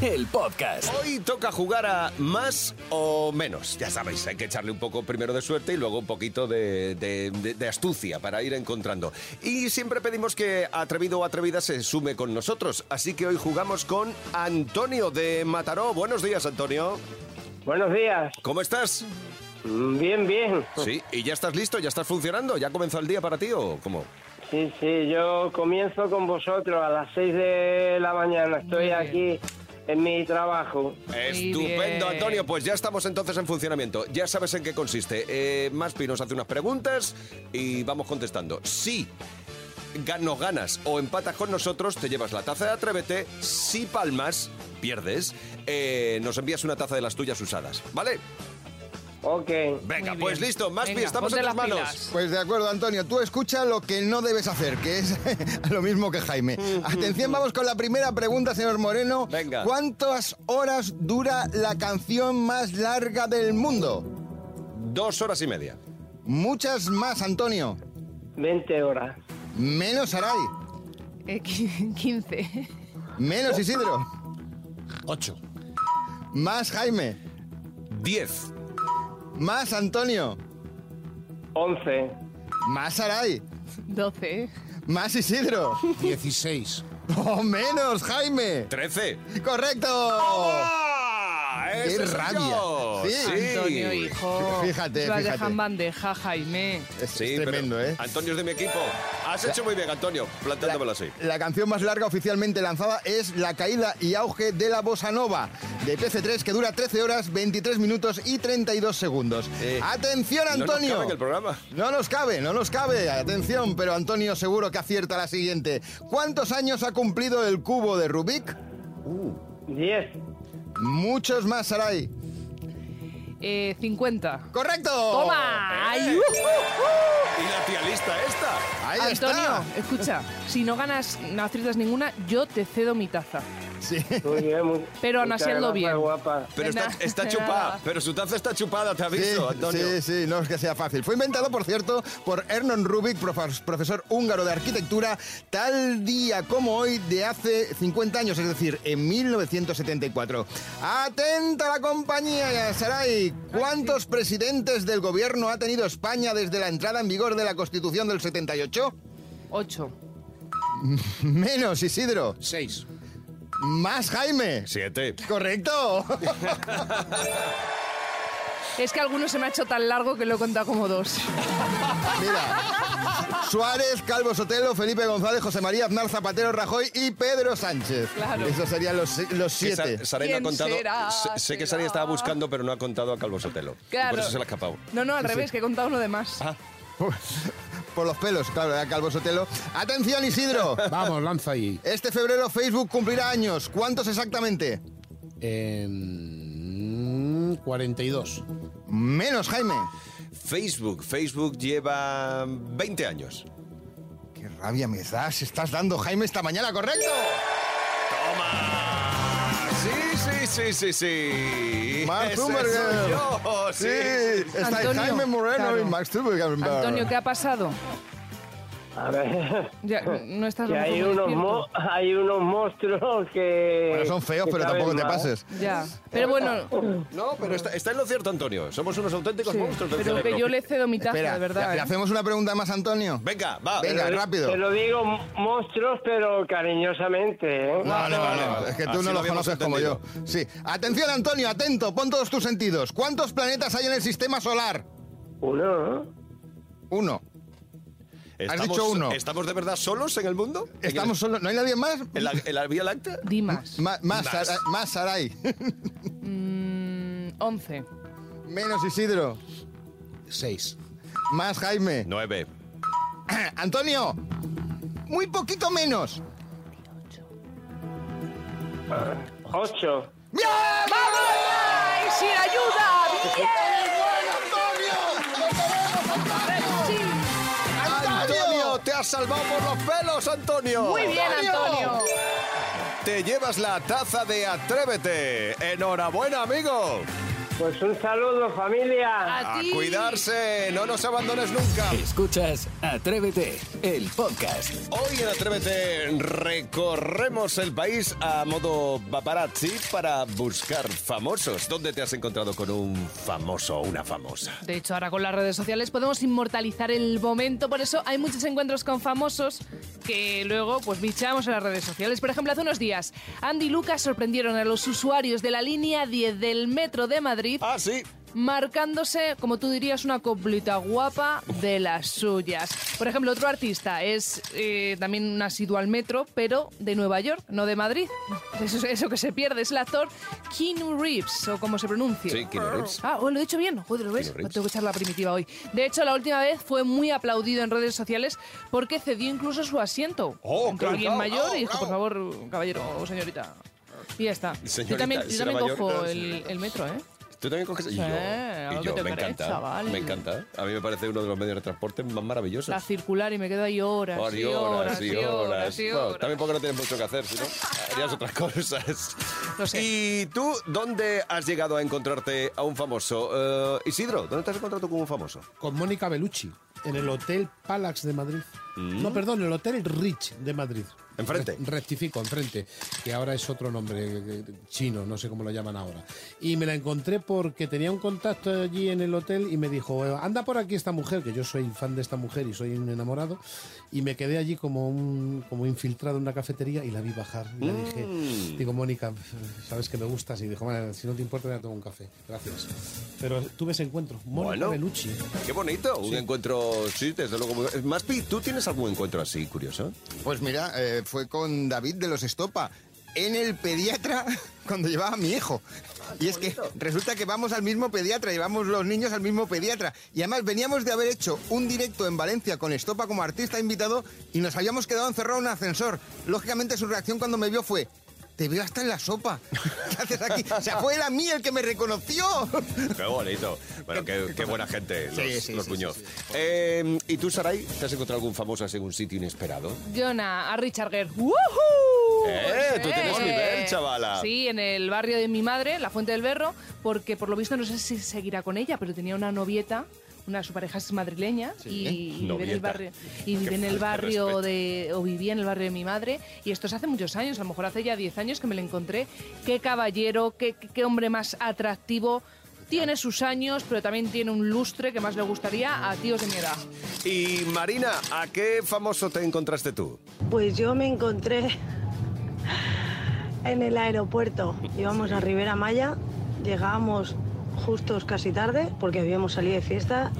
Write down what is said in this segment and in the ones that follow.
el podcast. Hoy toca jugar a más o menos. Ya sabéis, hay que echarle un poco primero de suerte y luego un poquito de, de- de- de astucia para ir encontrando. Y siempre pedimos que atrevido o atrevida se sume con nosotros. Así que hoy jugamos con Antonio de Mataró. Buenos días, Antonio. Buenos días. ¿Cómo estás? Mm, Bien, bien. Sí, ¿y ya estás listo? ¿Ya estás funcionando? ¿Ya comenzó el día para ti o cómo? Sí, sí, yo comienzo con vosotros a las 6 de la mañana. Estoy bien. aquí en mi trabajo. Estupendo, bien. Antonio. Pues ya estamos entonces en funcionamiento. Ya sabes en qué consiste. Eh, Maspi nos hace unas preguntas y vamos contestando. Si gan- nos ganas o empatas con nosotros, te llevas la taza de Atrévete. Si palmas, pierdes. Eh, nos envías una taza de las tuyas usadas, ¿vale? Ok. Venga, Muy pues bien. listo. Maspi, Venga, estamos ponte en tus las manos. pilas. Pues de acuerdo, Antonio, tú escucha lo que no debes hacer, que es lo mismo que Jaime. Atención, vamos con la primera pregunta, señor Moreno. Venga. ¿Cuántas horas dura la canción más larga del mundo? Dos horas y media. Muchas más, Antonio. 20 horas. Menos Aray. Eh, qui- 15. Menos Isidro. Oh. Ocho. Más Jaime. Diez. Más Antonio. 11. Más Aray. 12. Más Isidro. 16. O menos Jaime. Trece. ¡Correcto! ¡Ah! Oh. ¡Qué ¡Ese soy rabia! yo! Sí. Antonio, hijo. Fíjate, Lo has dejado fíjate. en bandeja, Jaime. Es, Sí, es pero tremendo, ¿eh? Antonio es de mi equipo. Has hecho muy bien, Antonio, plantándomelo así. La canción más larga oficialmente lanzada es La caída y auge de la bossa nova de TC3 que dura 13 horas, 23 minutos y 32 segundos. Eh, Atención no nos Antonio. cabe en el programa. No nos cabe, no nos cabe. Atención, pero Antonio seguro que acierta la siguiente. ¿Cuántos años ha cumplido el cubo de Rubik? 10. Muchos más, Sarai. Eh, 50. Correcto. ¡Toma! eh. Ay, uh, uh, Y la tía lista esta. Ahí uh. está. Antonio, escucha, si no ganas, no aciertas ninguna, yo te cedo mi taza. Sí. Muy bien, muy- Pero aún muchas así hazlo gracias, bien. guapa. Pero De está, nada, está de chupada, nada. pero su taza está chupada, te Sí, aviso, Antonio. sí, sí, no es que sea fácil. Fue inventado, por cierto, por Ernon Rubik, profes- profesor húngaro de arquitectura, tal día como hoy de hace 50 años, es decir, en 1974. Atenta la compañía, Saray. ¿Cuántos presidentes del gobierno ha tenido España desde la entrada en vigor de la Constitución del 78? 8. Menos, Isidro. 6. Más, Jaime. Siete. Correcto. Es que alguno se me ha hecho tan largo que lo he contado como dos. Mira, Suárez, Calvo Sotelo, Felipe González, José María Aznar, Zapatero, Rajoy y Pedro Sánchez. Claro. Esos serían los, se- los Que Sa- siete. Saray no ha ¿Quién contado. será? sé sé que ¿Será? Saray estaba buscando, pero no ha contado a Calvo Sotelo. Y Claro. Por eso se le ha escapado. Ah. No, no, al revés, que he contado uno de más. Por los pelos, claro, era Calvo Sotelo. Atención, Isidro. Vamos, lanza ahí. Este febrero Facebook cumplirá años. ¿Cuántos exactamente? Em, 42. Menos, Jaime. Facebook. Facebook lleva 20 años. Qué rabia me das. Estás dando, Jaime, esta mañana, ¿correcto? Sí, sí, sí, sí, sí. Mark Ese Zuckerberg. soy yo, sí. Está Antonio, Jaime Moreno y claro. Max Zuckerberg. Antonio, ¿qué ha pasado? A ver. Ya, no estás Que a lo hay mejor unos, muy mo- hay unos monstruos que. Bueno, son feos, que pero saben tampoco te más. pases. despierto. Ya. Pero bueno, No, pero está, está en lo cierto, Antonio. Somos unos auténticos sí, monstruos del pero que cerebro. yo le cedo mi taza, Espera, de verdad. ¿le ¿eh? hacemos una pregunta más, Antonio? Venga, va. Eh, Venga, rápido. Te lo digo monstruos, pero cariñosamente. ¿eh? No, no, no, es que tú Así no lo los habíamos conoces como yo. Sí. Atención, Antonio, atento, pon todos tus sentidos. ¿Cuántos planetas hay en el sistema solar? Uno, ¿no? Uno. Estamos- dicho uno. ¿Estamos de verdad solos en el mundo? ¿En el- Estamos solo. ¿No hay nadie más? ¿En la, en la Vía Láctea? Dimas. Ma- más, Más. Sara- más Sarai. Mm, 11. Menos Isidro. 6. Más Jaime. Nueve. Antonio, muy poquito menos. Ocho. ¡Bien! ¡Ay, sin ayuda! ¡Bien! ¡Antonio! ¡Lo tenemos, Antonio! ¡Te has salvado por los pelos, Antonio! Muy bien, Antonio. Te llevas la taza de Atrévete. ¡Enhorabuena, amigo! Pues un saludo, familia. Ah, A A ti. cuidarse, no nos abandones nunca. Escuchas Atrévete, el podcast. Hoy en Atrévete recorremos el país a modo paparazzi para buscar famosos. ¿Dónde te has encontrado con un famoso o una famosa? De hecho, ahora con las redes sociales podemos inmortalizar el momento. Por eso hay muchos encuentros con famosos que luego pues bichamos en las redes sociales. Por ejemplo, hace unos días, Andy y Lucas sorprendieron a los usuarios de la línea 10 del metro de Madrid Ah, sí. marcándose, como tú dirías, una coplita guapa de las suyas. Por ejemplo, otro artista es eh, también un asiduo al metro, pero de Nueva York, no de Madrid. Eso, eso que se pierde es el actor Keanu Reeves, o como se pronuncia. Sí, Keanu Reeves. Ah, oh, lo he dicho bien. Joder, ¿lo ves? Keanu Reeves. Tengo que echar la primitiva hoy. De hecho, la última vez fue muy aplaudido en redes sociales porque cedió incluso su asiento. Oh, Entró claro, alguien claro, mayor claro, y dijo, por claro. favor, caballero o señorita. Y ya está. yo Señorita, también, yo será también mayor, cojo claro, el, señorita. el metro, ¿eh? ¿Tú también coges? Y Sí, yo, a y lo yo, que te me crees, encanta. chaval. Me encanta. A mí me parece uno de los medios de transporte más maravillosos. La circular y me quedo ahí horas, Horas y horas, y horas, y Bueno, horas. también porque no tienes mucho que hacer, si no, harías otras cosas. Lo sé. ¿Y tú dónde has llegado a encontrarte a un famoso? Eh, Isidro, ¿dónde te has encontrado tú con un famoso? Con Mónica Bellucci, en el Hotel Palax de Madrid. No, perdón, en el Hotel Rich de Madrid. Mm. Enfrente. Re- rectifico, enfrente, que ahora es otro nombre eh, eh, chino, no sé cómo lo llaman ahora. Y me la encontré porque tenía un contacto allí en el hotel y me dijo, "Eh, anda por aquí esta mujer, que yo soy fan de esta mujer y soy un enamorado. Y me quedé allí como un como infiltrado en una cafetería y la vi bajar. Y le Mm. dije, digo, Mónica, sabes que me gustas. Y dijo, "Vale, si no te importa, me tomo un café. Gracias. Pero tuve ese encuentro. Mónica Bueno. Bellucci. Qué bonito, un encuentro, sí, desde luego. muy- Maspi, ¿tú tienes algún encuentro así, curioso? Pues mira, eh, fue con David de los Estopa en el pediatra cuando llevaba a mi hijo. Y es que resulta que vamos al mismo pediatra, llevamos los niños al mismo pediatra. Y además veníamos de haber hecho un directo en Valencia con Estopa como artista invitado y nos habíamos quedado encerrado en un ascensor. Lógicamente su reacción cuando me vio fue... Te veo hasta en la sopa. ¿Qué haces aquí? O sea, fue él a mí el que me reconoció. Qué bonito. Bueno, qué, qué buena gente, los, Sí, sí, los sí, Muñoz. sí, Eh, ¿Y tú, Saray, te has encontrado algún famoso así en un sitio inesperado? Jonah, a Richard Gere. ¡Woohoo! ¡Eh! Tú tienes Eh. nivel, chavala. Sí, en el barrio de mi madre, la Fuente del Berro, porque por lo visto no sé si seguirá con ella, pero tenía una novieta. Una de sus parejas es madrileña y, vive en Novieta. Ah, el barrio, y vive en falta de el barrio de, o vivía en el barrio de mi madre. Y esto es hace muchos años, a lo mejor hace ya 10 años que me lo encontré. Qué caballero, qué, qué- qué hombre más atractivo. Tiene sus años, pero también tiene un lustre que más le gustaría a tíos de mi edad. Y Marina, ¿a qué famoso te encontraste tú? Pues yo me encontré en el aeropuerto. Íbamos a Rivera Maya, llegábamos justos casi tarde porque habíamos salido de fiesta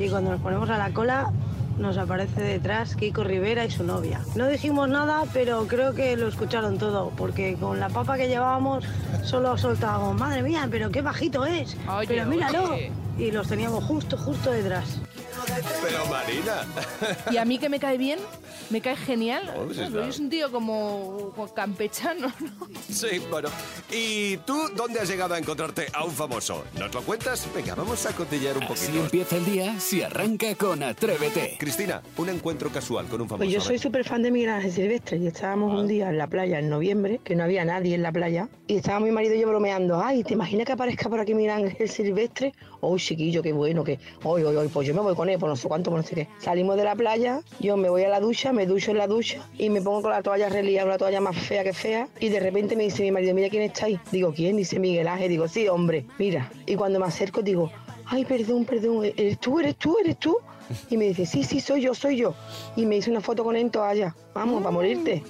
y cuando nos ponemos a la cola nos aparece detrás Kiko Rivera y su novia. No dijimos nada, pero creo que lo escucharon todo porque con la papa que llevábamos solo soltábamos, madre mía, pero qué bajito es, Oye, pero míralo. oye. Y los teníamos justo, justo detrás. Pero Marina. Y a mí que me cae bien, me cae genial. No, pues Ah, está- pero es un tío como, como campechano, ¿no? Sí, bueno. ¿Y tú dónde has llegado a encontrarte a un famoso? ¿Nos lo cuentas? Venga, vamos a cotillar un Así poquito. empieza el día si arranca con Atrévete. Cristina, un encuentro casual con un famoso. Pues yo A ver. soy súper fan de Miguel Ángel Silvestre y estábamos un día en la playa en noviembre, que no había nadie en la playa, y estaba mi marido y yo bromeando, ay, ¿te imaginas que aparezca por aquí Miguel Ángel Silvestre? Uy, chiquillo, qué bueno, que hoy, hoy, hoy, pues yo me voy con él, por no sé cuánto, por no sé qué. Salimos de la playa, yo me voy a la ducha, me ducho en la ducha y me pongo con la toalla reliada, una toalla más fea que fea, y de repente me dice mi marido, mira quién está ahí. Digo, ¿quién? Dice Miguel Ángel, digo, sí, hombre, mira. Y cuando me acerco digo, ay, perdón, perdón, ¿eres tú, eres tú, eres tú? Y me dice, sí, sí, soy yo, soy yo. Y me hizo una foto con él en toalla. Vamos, para morirte.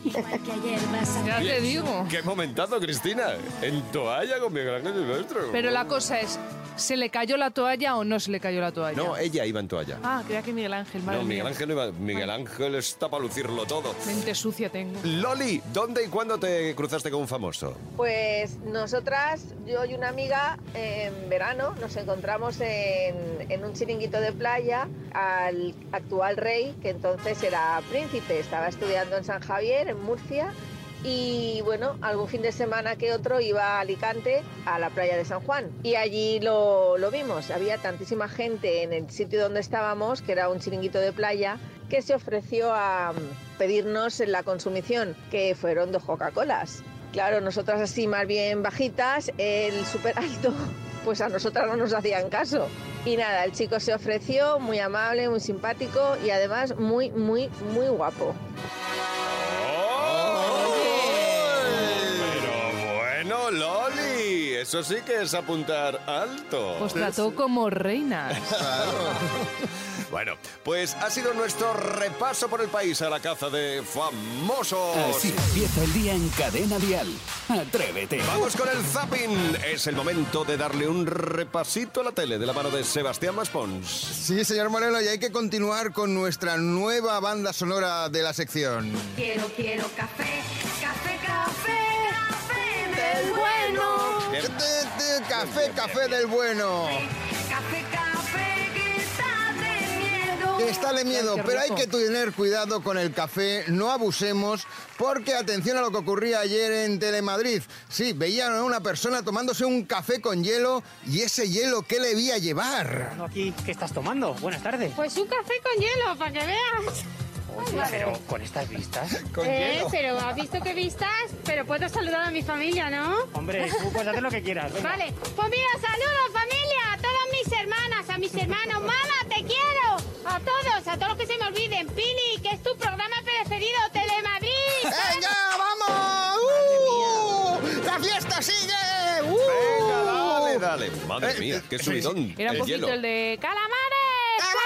Ya te digo. Qué momentazo, Cristina. En toalla con Miguel Ángel Silvestre. Pero la cosa es, ¿se le cayó la toalla o no se le cayó la toalla? No, ella iba en toalla. Ah, creía que Miguel Ángel, madre no, Miguel mía. Ángel, no iba- Miguel Ángel está para lucirlo todo. Mente sucia tengo. Loli, ¿dónde y cuándo te cruzaste con un famoso? Pues nosotras, yo y una amiga, en verano nos encontramos en, en un chiringuito de playa al actual rey, que entonces era príncipe, estaba estudiando en San Javier, en Murcia, y bueno, algún fin de semana que otro iba a Alicante, a la playa de San Juan, y allí lo, lo vimos. Había tantísima gente en el sitio donde estábamos, que era un chiringuito de playa, que se ofreció a mm, pedirnos la consumición, que fueron dos Coca-Colas. Claro, nosotras así más bien bajitas, el súper alto, pues a nosotras no nos hacían caso. Y nada, el chico se ofreció, muy amable, muy simpático y además muy, muy, muy guapo. Pero bueno, Loli, eso sí que es apuntar alto. Os trató como reinas. Bueno, pues ha sido nuestro repaso por el país a la caza de famosos. Ah, Así empieza el día en Cadena Dial. Atrévete. Vamos con el zapping. Es el momento de darle un repasito a la tele de la mano de Sebastián Maspons. Sí, señor Moreno, y hay que continuar con nuestra nueva banda sonora de la sección. Quiero, quiero café, café, café, café del bueno. Te- te- Café, café del bueno. Café, café, que está de miedo. Que está de miedo, Ay, qué pero hay rico. que tener cuidado con el café, no abusemos, porque atención a lo que ocurría ayer en Telemadrid. Sí, veían a una persona tomándose un café con hielo y ese hielo, ¿qué le vi a llevar? Aquí, ¿qué estás tomando? Buenas tardes. Pues un café con hielo, para que veas. Oye, pero con estas vistas. eh, pero has visto que vistas, pero puedo saludar a mi familia, ¿no? Hombre, tú puedes hacer lo que quieras. venga. Vale, pues mira, saludos familia, a todas mis hermanas, a mis hermanos, mamá, te quiero, a todos, a todos los que se me olviden, Pili, que es tu programa preferido, Telemadrid. ¡Venga, vamos! ¡Uh! ¡La fiesta sigue! ¡Uh! Venga, dale, dale. Eh, Madre mía, qué subidón. Era un el poquito hielo. el de calamares. Ah,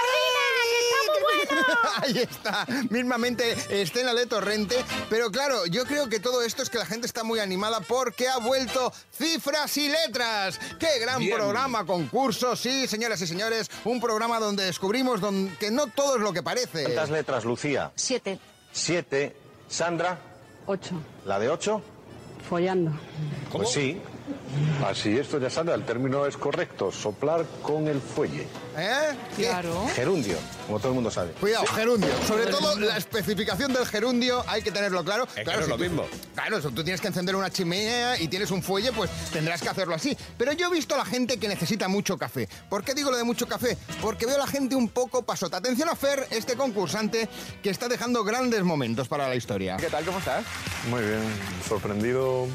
Ahí está, mismamente escena de torrente. Pero claro, yo creo que todo esto es que la gente está muy animada porque ha vuelto Cifras y Letras. ¡Qué gran Bien. programa, concurso! Sí, señoras y señores, un programa donde descubrimos don- que no todo es lo que parece. ¿Cuántas letras, Lucía? Siete, Siete. Sandra, ocho, ¿la de ocho? follando. Pues sí. Así, esto ya Sandra, el término es correcto. Soplar con el fuelle. ¿Eh? ¿Qué? Claro. Gerundio, como todo el mundo sabe. Cuidado, gerundio. Sobre todo la especificación del gerundio hay que tenerlo claro. que claro, no es lo tú- mismo. Claro, si tú tienes que encender una chimenea y tienes un fuelle, pues tendrás que hacerlo así. Pero yo he visto a la gente que necesita mucho café. ¿Por qué digo lo de mucho café? Porque veo a la gente un poco pasota. Atención a Fer, este concursante que está dejando grandes momentos para la historia. ¿Qué tal? ¿Cómo estás? Muy bien, sorprendido,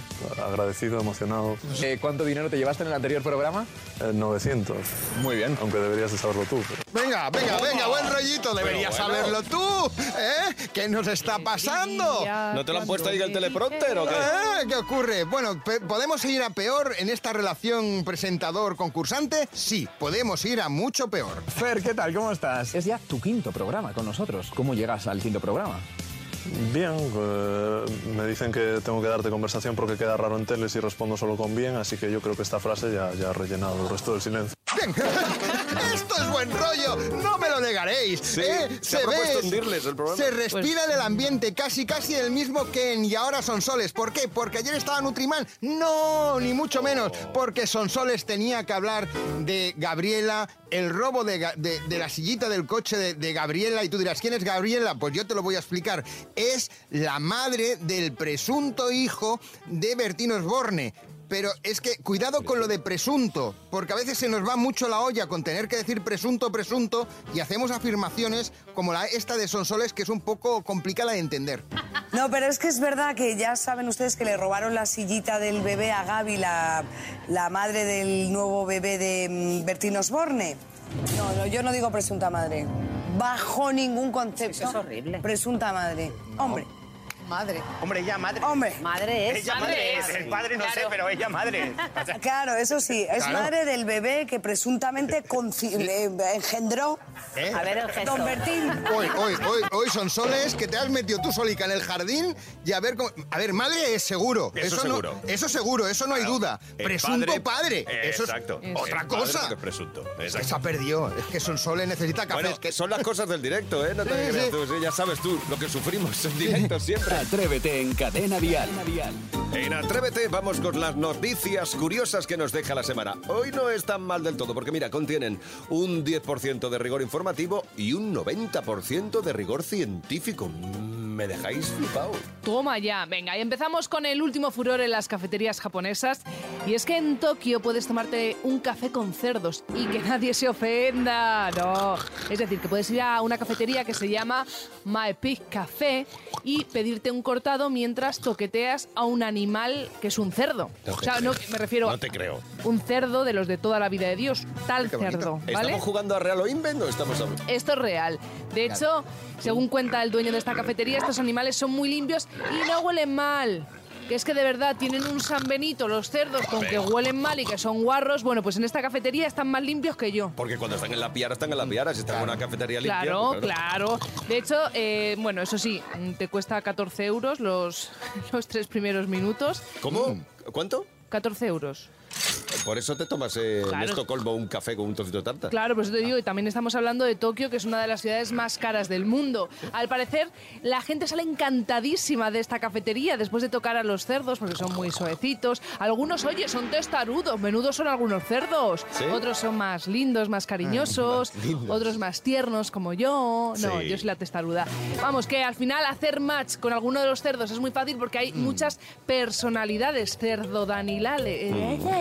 agradecido, emocionado. Eh, ¿Cuánto dinero te llevaste en el anterior programa? 900. Muy bien. Aunque deberías de saberlo tú. Venga, venga, venga, buen rollito. Deberías bueno. saberlo tú. ¿eh? ¿Qué nos está pasando? ¿No te lo han puesto ahí en el teleprompter o qué? Ah, ¿Qué ocurre? Bueno, pe- ¿podemos ir a peor en esta relación presentador-concursante? Sí, podemos ir a mucho peor. Fer, ¿qué tal? ¿Cómo estás? Es ya tu quinto programa con nosotros. ¿Cómo llegas al quinto programa? Bien, eh, me dicen que tengo que darte conversación porque queda raro en tele si respondo solo con bien, así que yo creo que esta frase ya, ya ha rellenado el resto del silencio. Bien, esto es buen rollo, no me lo negaréis. ¿eh? se ha propuesto hundirles el programa. se respira en el ambiente casi casi el mismo que en Y ahora son soles. ¿Por qué? Porque ayer estaba Nutriman. No, ni mucho menos, porque Sonsoles tenía que hablar de Gabriela, el robo de, Ga- de- de la sillita del coche de, de Gabriela. Y tú dirás, ¿quién es Gabriela? Pues yo te lo voy a explicar. Es la madre del presunto hijo de Bertino Osborne. Pero es que cuidado con lo de presunto, porque a veces se nos va mucho la olla con tener que decir presunto, presunto, y hacemos afirmaciones como la esta de Sonsoles, que es un poco complicada de entender. No, pero es que es verdad que ya saben ustedes que le robaron la sillita del bebé a Gaby, la, la madre del nuevo bebé de mm, Bertino Osborne. No, no, yo no digo presunta madre. Bajo ningún concepto. Eso es horrible. Presunta madre. Hombre, Madre. Hombre, ella madre. hombre. Madre es. Ella madre es. El padre no sé, pero ella madre. O sea, Ah, Claro, eso sí, es Claro. madre del bebé que presuntamente conci- le engendró ¿eh? A ver el gesto. Don Bertín. Hoy, hoy, hoy, hoy Sonsoles, que te has metido tú solica en el jardín y a ver cómo... A ver, madre es seguro. Eso no- seguro. eso seguro, eso no hay duda. El Presunto padre. Eh, eso es Exacto. otra El padre cosa. que es presunto. Exacto. Esa perdió. Es que Sonsoles necesita café. Bueno, Es que- son las cosas del directo, ¿eh? No te Sí, creas sí. tú, sí, ya sabes tú lo que sufrimos en directo siempre. Atrévete en Cadena Dial. En Atrévete vamos con las noticias curiosas que nos deja la semana. Hoy no es tan mal del todo, porque mira, contienen un 10% de rigor informativo y un 90% de rigor científico. Mm, Me dejáis flipado. Toma ya, venga, y empezamos con el último furor en las cafeterías japonesas. Y es que en Tokio puedes tomarte un café con cerdos y que nadie se ofenda, no. Es decir, que puedes ir a una cafetería que se llama My Pig Café y pedirte un cortado mientras toqueteas a un animal que es un cerdo. No o te sea, no, creo. me refiero No te creo. a un cerdo de los de toda la vida de Dios, tal cerdo, ¿vale? ¿Estamos jugando a Real o Invent o estamos hablando? Esto es real. De hecho, según cuenta el dueño de esta cafetería, estos animales son muy limpios y no huelen mal. Que es que de verdad tienen un San Benito los cerdos con que huelen mal y que son guarros. Bueno, pues en esta cafetería están más limpios que yo. Porque cuando están en la piara, están en la piara. Si están en una cafetería limpia... Claro, pues claro. De hecho, eh, bueno, eso sí, mm, te cuesta 14 euros los, los tres primeros minutos. ¿Cómo? ¿Cuánto? 14 euros. Por eso te tomas eh, Claro. en Estocolmo un café con un trocito de tarta. Claro, pues te digo, y también estamos hablando de Tokio, que es una de las ciudades más caras del mundo. Al parecer, la gente sale encantadísima de esta cafetería después de tocar a los cerdos, porque son muy suecitos. Algunos, oye, son testarudos, menudos son algunos cerdos. ¿Sí? Ah, Otros son más lindos, más cariñosos, lindos. otros más tiernos, como yo. No, Sí. yo soy la testaruda. Vamos, que al final hacer match con alguno de los cerdos es muy fácil porque Mm. hay muchas Mm. personalidades Eh, cerdodanilales. eh.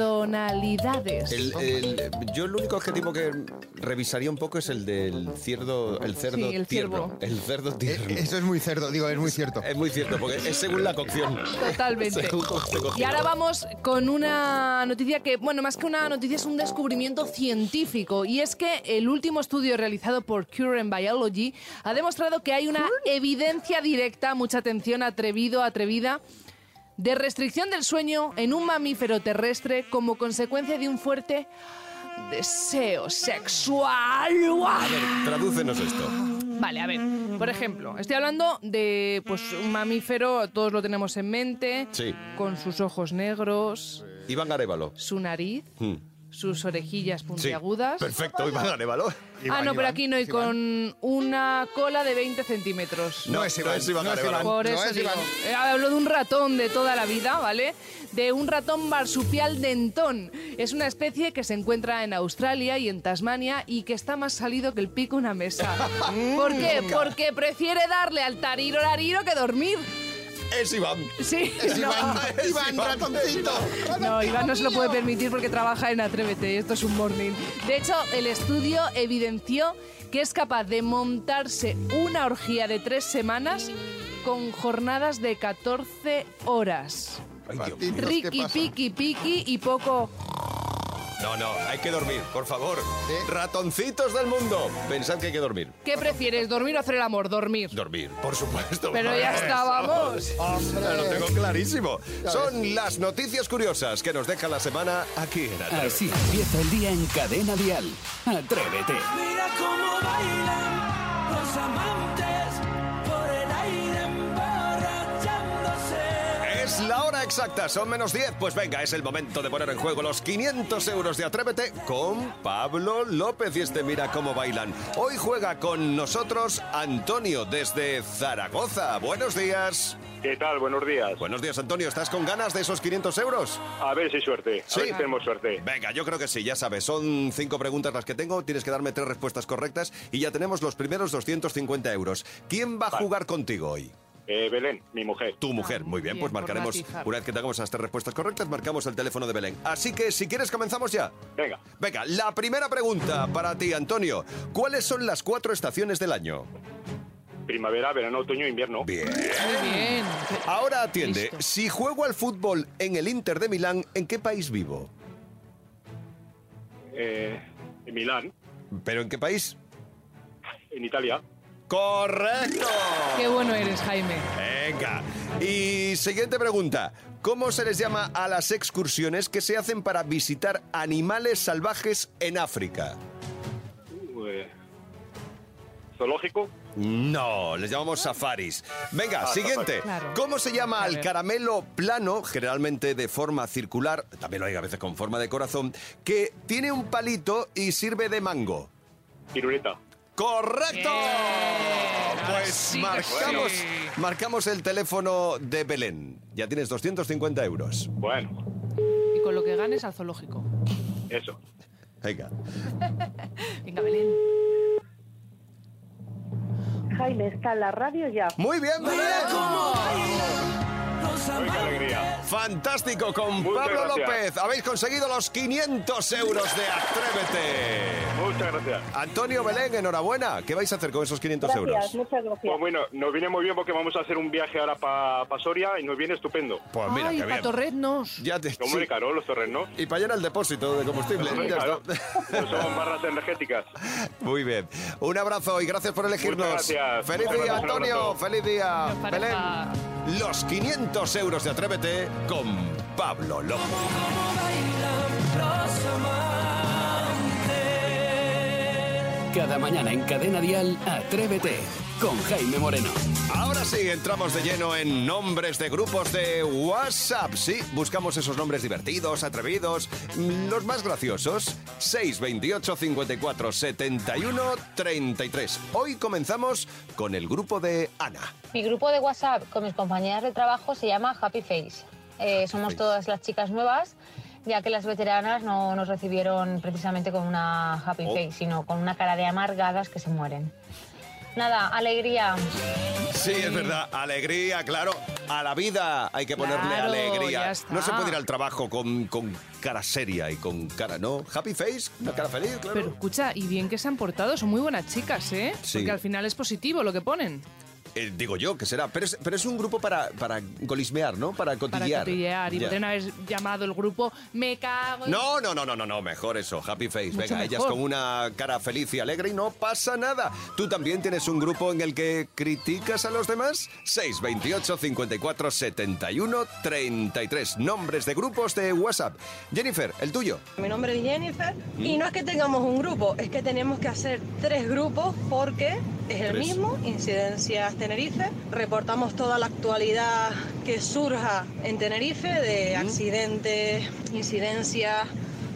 Cerdonalidades. El- el- yo el único adjetivo que revisaría un poco es el del cerdo, el cerdo Sí, el tierno. ciervo. El cerdo tierno. eh, Eso es muy cerdo, digo, es muy cierto. Es muy cierto, porque es según la cocción. Totalmente. Según cómo se Y cocina. ahora vamos con una noticia que, bueno, más que una noticia es un descubrimiento científico. Y es que el último estudio realizado por Current Biology ha demostrado que hay una evidencia directa, mucha atención, atrevido, atrevida, de restricción del sueño en un mamífero terrestre como consecuencia de un fuerte deseo sexual. A ver, tradúcenos esto. Vale, a ver, por ejemplo, estoy hablando de pues un mamífero, todos lo tenemos en mente, Sí. con sus ojos negros, Iván Arevalo. Hmm. su nariz, sus orejillas puntiagudas. Perfecto, Iván Arevalo. ah, no, pero aquí no, y con una cola de 20 centímetros. No, es Iván. No es Iván Arevalo. Por No eso es digo, Iván. eh, hablo de un ratón de toda la vida, ¿vale? De un ratón marsupial dentón. Es una especie que se encuentra en Australia y en Tasmania y que está más salido que el pico una mesa. ¿Por qué? Mm. Nunca. Porque prefiere darle al tariro lariro que dormir. Es Iván. Sí. Es Iván. No. Iván, ratoncito. No, Iván no se lo puede permitir porque trabaja en Atrévete. Esto es un morning. De hecho, el estudio evidenció que es capaz de montarse una orgía de tres semanas con jornadas de 14 horas. Ricky, piqui, piqui y poco. No, no, hay que dormir, por favor. ¿Eh? Ratoncitos del mundo. Pensad que hay que dormir. ¿Qué prefieres, dormir o hacer el amor? Dormir. Dormir, por supuesto. Pero ya Eso. está, vamos. Lo tengo clarísimo. Son las noticias curiosas que nos deja la semana aquí en Atrévete. Así empieza el día en Cadena Dial. Atrévete. Mira cómo bailan los amantes por el aire emborrachándose. Es la hora exacta, son menos 10. Pues venga, es el momento de poner en juego los 500 euros de Atrévete con Pablo López y este Mira cómo bailan. Hoy juega con nosotros Antonio desde Zaragoza. Buenos días. ¿Qué tal? Buenos días. Buenos días, Antonio. ¿Estás con ganas de esos 500 euros? A ver si hay suerte. A ver si tenemos suerte. Venga, yo creo que sí, ya sabes. Son cinco preguntas las que tengo. Tienes que darme tres respuestas correctas y ya tenemos los primeros 250 euros. ¿Quién va a jugar contigo hoy? Eh, Belén, mi mujer. Tu mujer. Muy bien, bien, pues por marcaremos. matizar. Una vez que tengamos las tres respuestas correctas, marcamos el teléfono de Belén. Así que, si quieres, comenzamos ya. Venga. Venga, la primera pregunta para ti, Antonio. ¿Cuáles son las cuatro estaciones del año? Primavera, verano, otoño, invierno. Bien. Ahora atiende. Si juego al fútbol en el Inter de Milán, ¿en qué país vivo? Eh, en Milán, ¿Pero en qué país? en Italia. ¡Correcto! Qué bueno eres, Jaime. Venga. Y siguiente pregunta. ¿Cómo se les llama a las excursiones que se hacen para visitar animales salvajes en África? Uh, eh, zoológico. No, les llamamos safaris. Venga, Ah, siguiente. safaris. Claro. ¿Cómo se llama A al ver. caramelo plano, generalmente de forma circular, también lo hay a veces con forma de corazón, que tiene un palito y sirve de mango? Piruleta. ¡Correcto! Pues sí que marcamos, sí. marcamos el teléfono de Belén. Ya tienes 250 euros. Bueno, Y con lo que ganes al zoológico. eso. Venga. Venga, Belén. Jaime está en la radio ya. Muy bien, Belén. Uy, qué alegría. Fantástico con Muchas Pablo gracias. López. Habéis conseguido los 500 euros de Atrévete. Muchas gracias. Antonio Belén, enhorabuena. ¿Qué vais a hacer con esos 500 euros? muchas gracias. Pues bueno, nos viene muy bien porque vamos a hacer un viaje ahora para Soria y nos viene estupendo. Pues mira, Ay, qué bien. patorreznos. Ya te, Hombre, caro, los terrenos. Y para llenar el depósito de combustible. Hombre, ya claro. está. No somos barras energéticas. Muy bien. Un abrazo y gracias por elegirnos. Muchas gracias. Feliz Muchas día, gracias, un Antonio. abrazo. Feliz día, Nos Belén. pareja. Los 500 euros de Atrévete con Pablo López. Cada mañana en Cadena Dial, Atrévete con Jaime Moreno. Ahora sí, entramos de lleno en nombres de grupos de WhatsApp. Sí, buscamos esos nombres divertidos, atrevidos, mm, los más graciosos. 628 54 71 33. Hoy comenzamos con el grupo de Ana. Mi grupo de WhatsApp con mis compañeras de trabajo se llama Happy Face. Eh, somos Face. todas las chicas nuevas, ya que las veteranas no nos recibieron precisamente con una Happy Oh. Face, sino con una cara de amargadas que se mueren. Nada, alegría. Sí, es verdad. Alegría, claro. A la vida hay que ponerle Claro, ya alegría. está. No se puede ir al trabajo con, con cara seria y con cara, ¿no? Happy face, una cara feliz, claro. Pero escucha, y bien que se han portado, son muy buenas chicas, ¿eh? Sí. Porque al final es positivo lo que ponen. Eh, digo yo que será. Pero es, pero es un grupo para, para golismear, ¿no? Para Para cotillear. cotillear. Y Ya. podrían haber llamado el grupo Me cago en... No, no, no, no, no, no, mejor eso, happy face. Mucho Venga, ellas mejor. con una cara feliz y alegre y no pasa nada. ¿Tú también tienes un grupo en el que criticas a los demás? 628 54 71 33. Nombres de grupos de WhatsApp. Jennifer, el tuyo. Mi nombre es Jennifer y no es que tengamos un grupo, es que tenemos que hacer tres grupos porque es el Tres. mismo, Incidencias Tenerife. Reportamos toda la actualidad que surja en Tenerife de accidentes, incidencias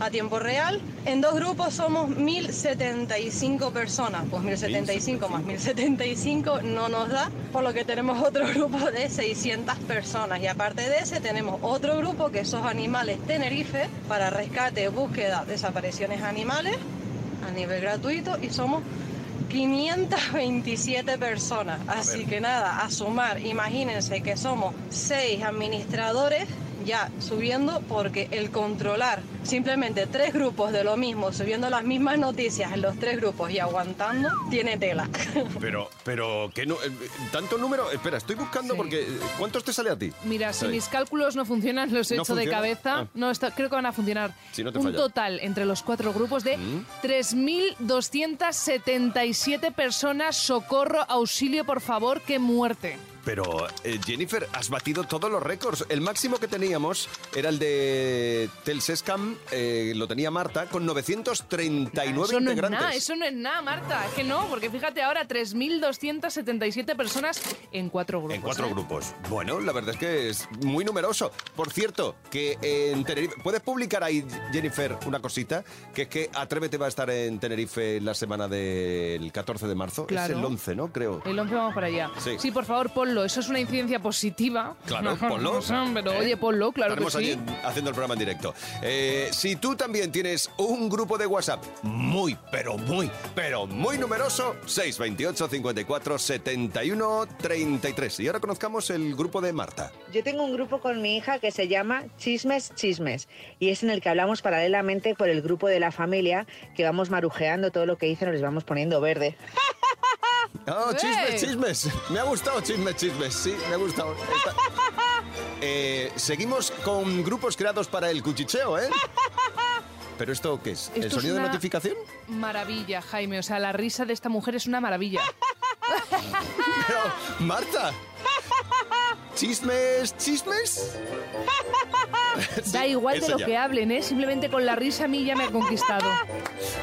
a tiempo real. En dos grupos somos 1075 personas, pues 1075 más 1075 no nos da, por lo que tenemos otro grupo de 600 personas y aparte de ese tenemos otro grupo que son animales Tenerife para rescate, búsqueda, desapariciones animales a nivel gratuito y somos 527 personas. Así que nada, a sumar, imagínense que somos seis administradores ya subiendo porque el controlar simplemente tres grupos de lo mismo, subiendo las mismas noticias en los tres grupos y aguantando, tiene tela. Pero, pero, ¿qué no, eh, tanto número? Espera, estoy buscando porque. eh, ¿Cuántos te sale a ti? Mira, si Ahí. mis cálculos no funcionan, los he ¿No hecho de funciona? cabeza. Ah. No, está- creo que van a funcionar. Si no te un falla. Mm. total entre los cuatro grupos de 3.277 personas. Socorro, auxilio, por favor, que muerte. Pero, eh, Jennifer, has batido todos los récords. El máximo que teníamos era el de Telsescam, eh, lo tenía Ah, Marta, con 939 eso no es integrantes. nada, eso no es nada, Marta. Es que no, porque fíjate ahora, 3.277 personas en cuatro grupos. En cuatro ¿eh? grupos. Bueno, la verdad es que es muy numeroso. Por cierto, que en Tenerife... ¿Puedes publicar ahí, Jennifer, una cosita? Que es que Atrévete va a estar en Tenerife la semana del 14 de marzo. Claro. Es el 11, ¿no? Creo. El 11 vamos para allá. Sí. por favor, ponlo. Eso es una incidencia positiva. Claro, No, ponlo. no, Pero ¿Eh? oye, ponlo, claro que Estaremos sí. allí haciendo el programa en directo. Eh, si tú también tienes un grupo de WhatsApp muy, pero muy, pero muy numeroso, 628 54 71 33. Y ahora conozcamos el grupo de Marta. Yo tengo un grupo con mi hija que se llama Chismes Chismes y es en el que hablamos paralelamente por el grupo de la familia que vamos marujeando todo lo que dicen, les vamos poniendo verde. Oh, ¡Eh! chismes, chismes. Me ha gustado chismes, chismes. Sí, me ha gustado. Está- Eh, seguimos con grupos creados para el cuchicheo, ¿eh? ¿Pero esto qué es? ¿El Esto es sonido de una- notificación? Maravilla, Jaime. O sea, la risa de esta mujer es una maravilla. Pero, Marta. Chismes, chismes. da igual de eso lo ya. que hablen, ¿eh? Simplemente con la risa a mí ya me ha conquistado.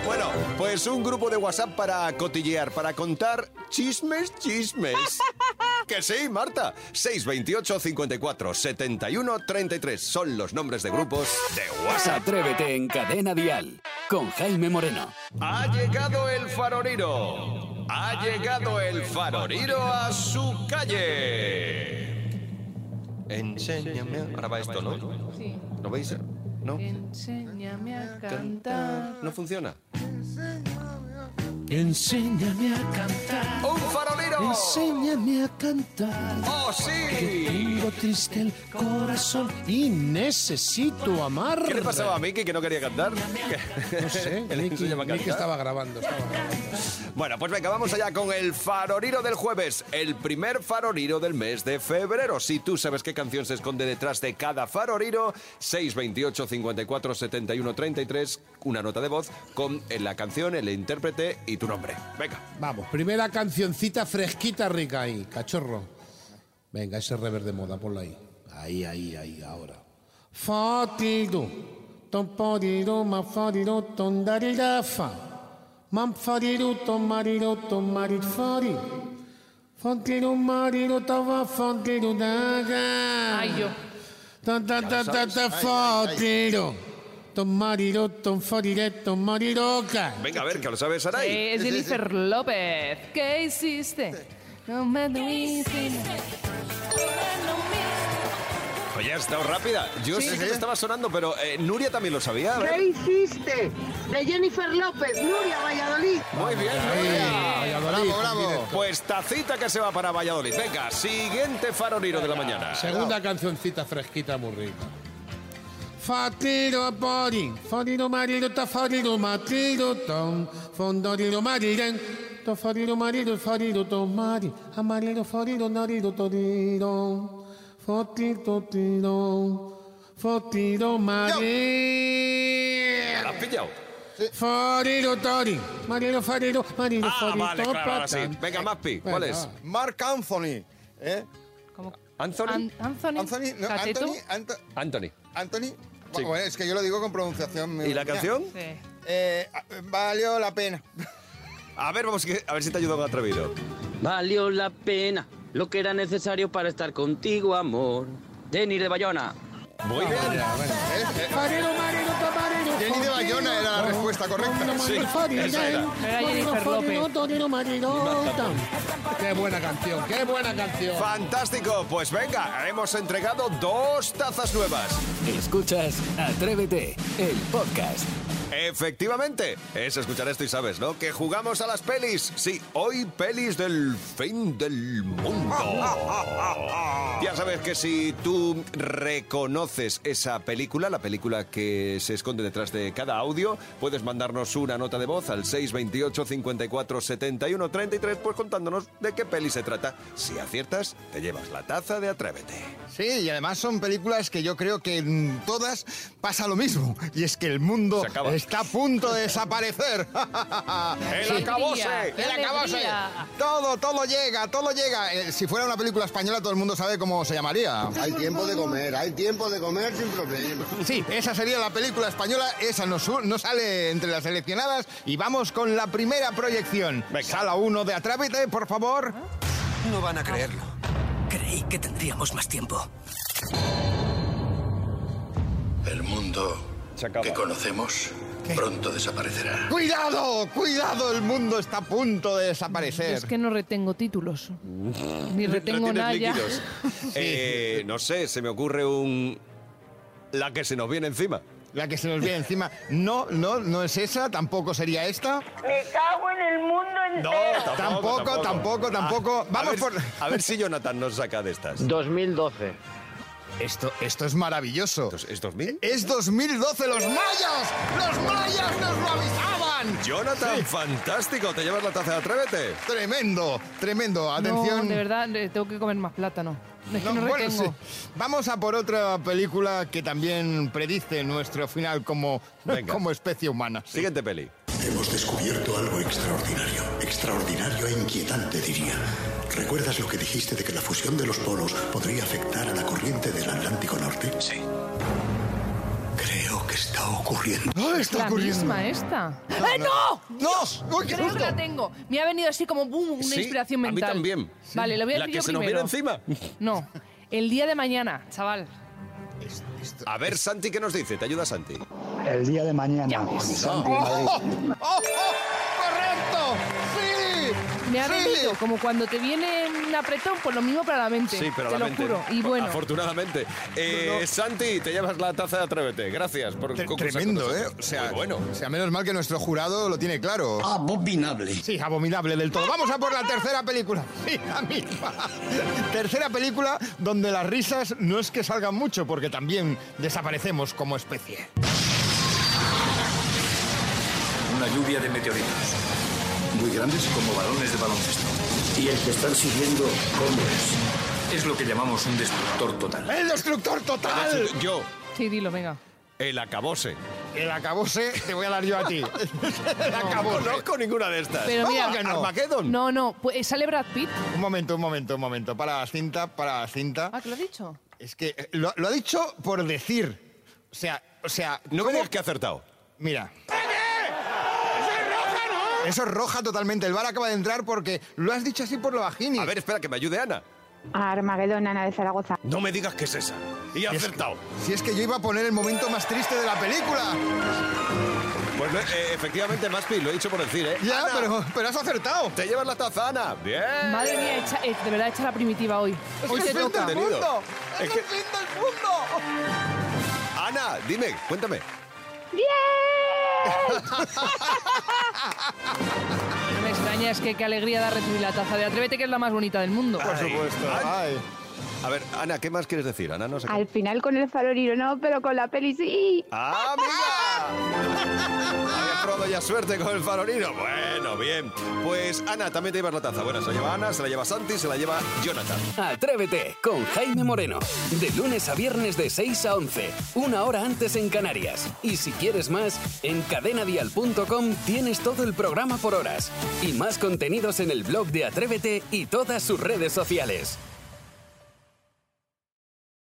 Bueno, pues un grupo de WhatsApp para cotillear, para contar chismes, chismes. Que sí, Marta. 628 54 71 33 son los nombres de grupos de WhatsApp. Atrévete en Cadena Dial con Jaime Moreno. Ha llegado el farolino. Ha llegado el faroriro a su calle. Enséñame. Ahora va esto, ¿no? Sí. ¿Lo veis? ¿No? Enséñame a cantar. ¿No funciona? Enséñame a cantar. ¡Un farolero! Enséñame a cantar. ¡Oh, sí! Que tengo triste el corazón y necesito amar. ¿Qué le pasaba a Miki que no quería cantar? No sé, Él Miki, enséñame a Miki cantar. estaba grabando, estaba grabando. Bueno, pues venga, vamos allá con el faroriro del jueves, el primer faroriro del mes de febrero. Si tú sabes qué canción se esconde detrás de cada faroriro, 628 54 71 33, una nota de voz con la canción, el intérprete y tu nombre. Venga. Vamos, primera cancioncita fresquita, rica ahí, cachorro. Venga, ese rever de moda, ponlo ahí. Ahí, ahí, ahí, ahora. Fatido. Tomporido, mafarido, tondaridafa. Manfarido, tomarido, tomarifari. Fontido, marido, tava, fontido, daga. Ay, yo. Ta, ta, ta, ta, ta, fontido. Tomarido, tomfarire, tomariroca. Venga, a ver, que lo sabes, Saray. Eh, es Jennifer López. ¿Qué hiciste? No me dices. Oye, ha estado rápida. Yo Sí. sé que estaba sonando, pero eh, Nuria también lo sabía. a ver. ¿Qué hiciste? De Jennifer López, Nuria Valladolid. Muy bien, Ahí, Nuria. Valladolid, Bravo, bravo. en directo. Pues tacita que se va para Valladolid. Venga, siguiente faroriro de la mañana. Segunda cancioncita fresquita muy rica. Fatiro pori, foriro marido, ta foriro matiro, ton, fondoriro mariren, to foriro marido, foriro to mari, amariro foriro nariro toriro, fotiro tiro, fotiro mari. ¿La has pillado? Foriro tori, mariro foriro, mariro Ah, foriro vale, claro, ahora sí. patan. Venga, Mazpi, ¿cuál Venga, es? va. Mark Anthony. ¿eh? ¿Anthony? An- Anthony. Anthony, no, Cacheto. Anthony, Anto- Anthony. Anthony. Sí. Bueno, es que yo lo digo con pronunciación. ¿Y la mira. canción? Sí. Eh, valió la pena. A ver, vamos, que- a ver si te ayuda con atrevido. Valió la pena lo que era necesario para estar contigo, amor. Jenny de Bayona. Muy bien. Farero, marero, tamarero, Jenny de Bayona era la respuesta correcta. Sí, esa era. Era Jennifer López. Qué buena canción, qué buena canción. Fantástico. Pues venga, hemos entregado dos tazas nuevas. Escuchas Atrévete, el podcast. Efectivamente, es escuchar esto y sabes, ¿no? Que jugamos a las pelis. Sí, hoy pelis del fin del mundo. Ya sabes que si tú reconoces esa película, la película que se esconde detrás de cada audio, puedes mandarnos una nota de voz al 628 54 71 33, pues contándonos de qué peli se trata. Si aciertas, te llevas la taza de Atrévete. Sí, y además son películas que yo creo que en todas pasa lo mismo. Y es que el mundo Se acaba. está a punto de desaparecer. ¡El acabose! ¡Qué ¡El acabose! alegría! Todo, todo llega, todo llega. Eh, si fuera una película española, todo el mundo sabe cómo se llamaría. Hay tiempo de comer, hay tiempo de comer sin problema. Sí, esa sería la película española. Esa no, su- no sale entre las seleccionadas. Y vamos con la primera proyección. Sala 1 de Atrápite, por favor. No van a creerlo. Creí que tendríamos más tiempo. El mundo que conocemos pronto desaparecerá. ¡Cuidado! ¡Cuidado! El mundo está a punto de desaparecer. Es que no retengo títulos. Ni retengo Retienes nada. ya. líquidos. Eh, no sé, se me ocurre un... La que se nos viene encima. La que se nos viene encima. No, no, no es esa, tampoco sería esta. Me cago en el mundo No, entero. Tampoco, tampoco, tampoco. Ah, A Vamos ver- por. Eh, A ver si Jonathan nos saca de estas. 2012. Esto, esto es maravilloso. ¿Es 2000? Es 2012, los mayas. Los mayas nos lo avisaban. Jonathan, fantástico. Te llevas la taza de Atrévete. Tremendo, tremendo. No, Atención. de verdad, eh, tengo que comer más plátano. Es que No, no bueno, retengo. sí. Vamos a por otra película que también predice nuestro final como, Venga. como especie humana. sí. Siguiente peli. Hemos descubierto algo extraordinario. Extraordinario e inquietante, diría. ¿Recuerdas lo que dijiste de que la fusión de los polos podría afectar a la corriente del Atlántico Norte? Sí. Creo que está ocurriendo. ¡Ah, está La ocurriendo! misma esta. No, ¡Eh, no! ¡No! ¡Uy, qué Creo que susto! la tengo. Me ha venido así como boom, una Sí, inspiración a mí mental. también. Vale, lo voy a La decir yo que se nos primero. viene encima. No. El día de mañana, chaval. A ver, Santi, ¿qué nos dice? ¿Te ayuda Santi? El día de mañana. ¡Oh, oh, oh! ¡Correcto! ¡Sí! Me ha venido como cuando te viene un apretón, pues lo mismo para la mente. Sí, pero te la lo mente. juro. Y bueno, Afortunadamente. Eh, Santi, te llevas la taza de Atrévete. Gracias por concursar Tremendo, con ¿eh? nosotros. O sea, Muy bueno. o sea, menos mal que nuestro jurado lo tiene claro. Abominable. Ah, Sí, abominable del todo. Vamos a por la tercera película. Sí, la misma. Tercera película donde las risas no es que salgan mucho, porque también desaparecemos como especie. Una lluvia de meteoritos. Muy grandes como balones de baloncesto. Y el que están siguiendo hombres. Es lo que llamamos un destructor total. ¡El destructor total! Yo, sí, dilo, venga. el acabose. El acabose te voy a dar yo a ti. El acabose. No conozco ninguna de estas. Pero ¿Cómo mira, que no? ¿Armageddon? No, no, pues sale Brad Pitt. Un momento, un momento, un momento. Para la cinta, para la cinta. Ah, ¿te lo he dicho? Es que eh, lo, lo ha dicho por decir. O sea, o sea. No me digas que ha acertado. Mira. Eso es roja totalmente. El bar acaba de entrar porque lo has dicho así por lo bajini. A ver, espera, que me ayude Ana. Armagedón, Ana de Zaragoza. No me digas que es esa. Y ha acertado. Si es que yo iba a poner el momento más triste de la película. Pues eh, efectivamente, Maspi, lo he dicho por decir, ¿eh? Ya, Ana, pero, pero has acertado. Te llevas la taza, Ana. Bien. Madre mía, echa- eh, de verdad echa la primitiva hoy. Pues Es Hoy que te es fin toca. del mundo. Es que- del mundo! Ana, dime, cuéntame. No me extraña, es que qué alegría da recibir la taza de Atrévete, que es la más bonita del mundo. Por supuesto. A ver, Ana, ¿qué más quieres decir? Ana, no sé. qué- Al final con el faroliro no, pero con la peli sí. ¡Ah, mira! Había probado ya suerte con el farolino. Bueno, bien. Pues Ana, también te llevas la taza. Bueno, se la lleva Ana, se la lleva Santi, se la lleva Jonathan. Atrévete con Jaime Moreno. De lunes a viernes de 6 a 11. Una hora antes en Canarias. Y si quieres más, en cadenadial.com tienes todo el programa por horas. Y más contenidos en el blog de Atrévete y todas sus redes sociales.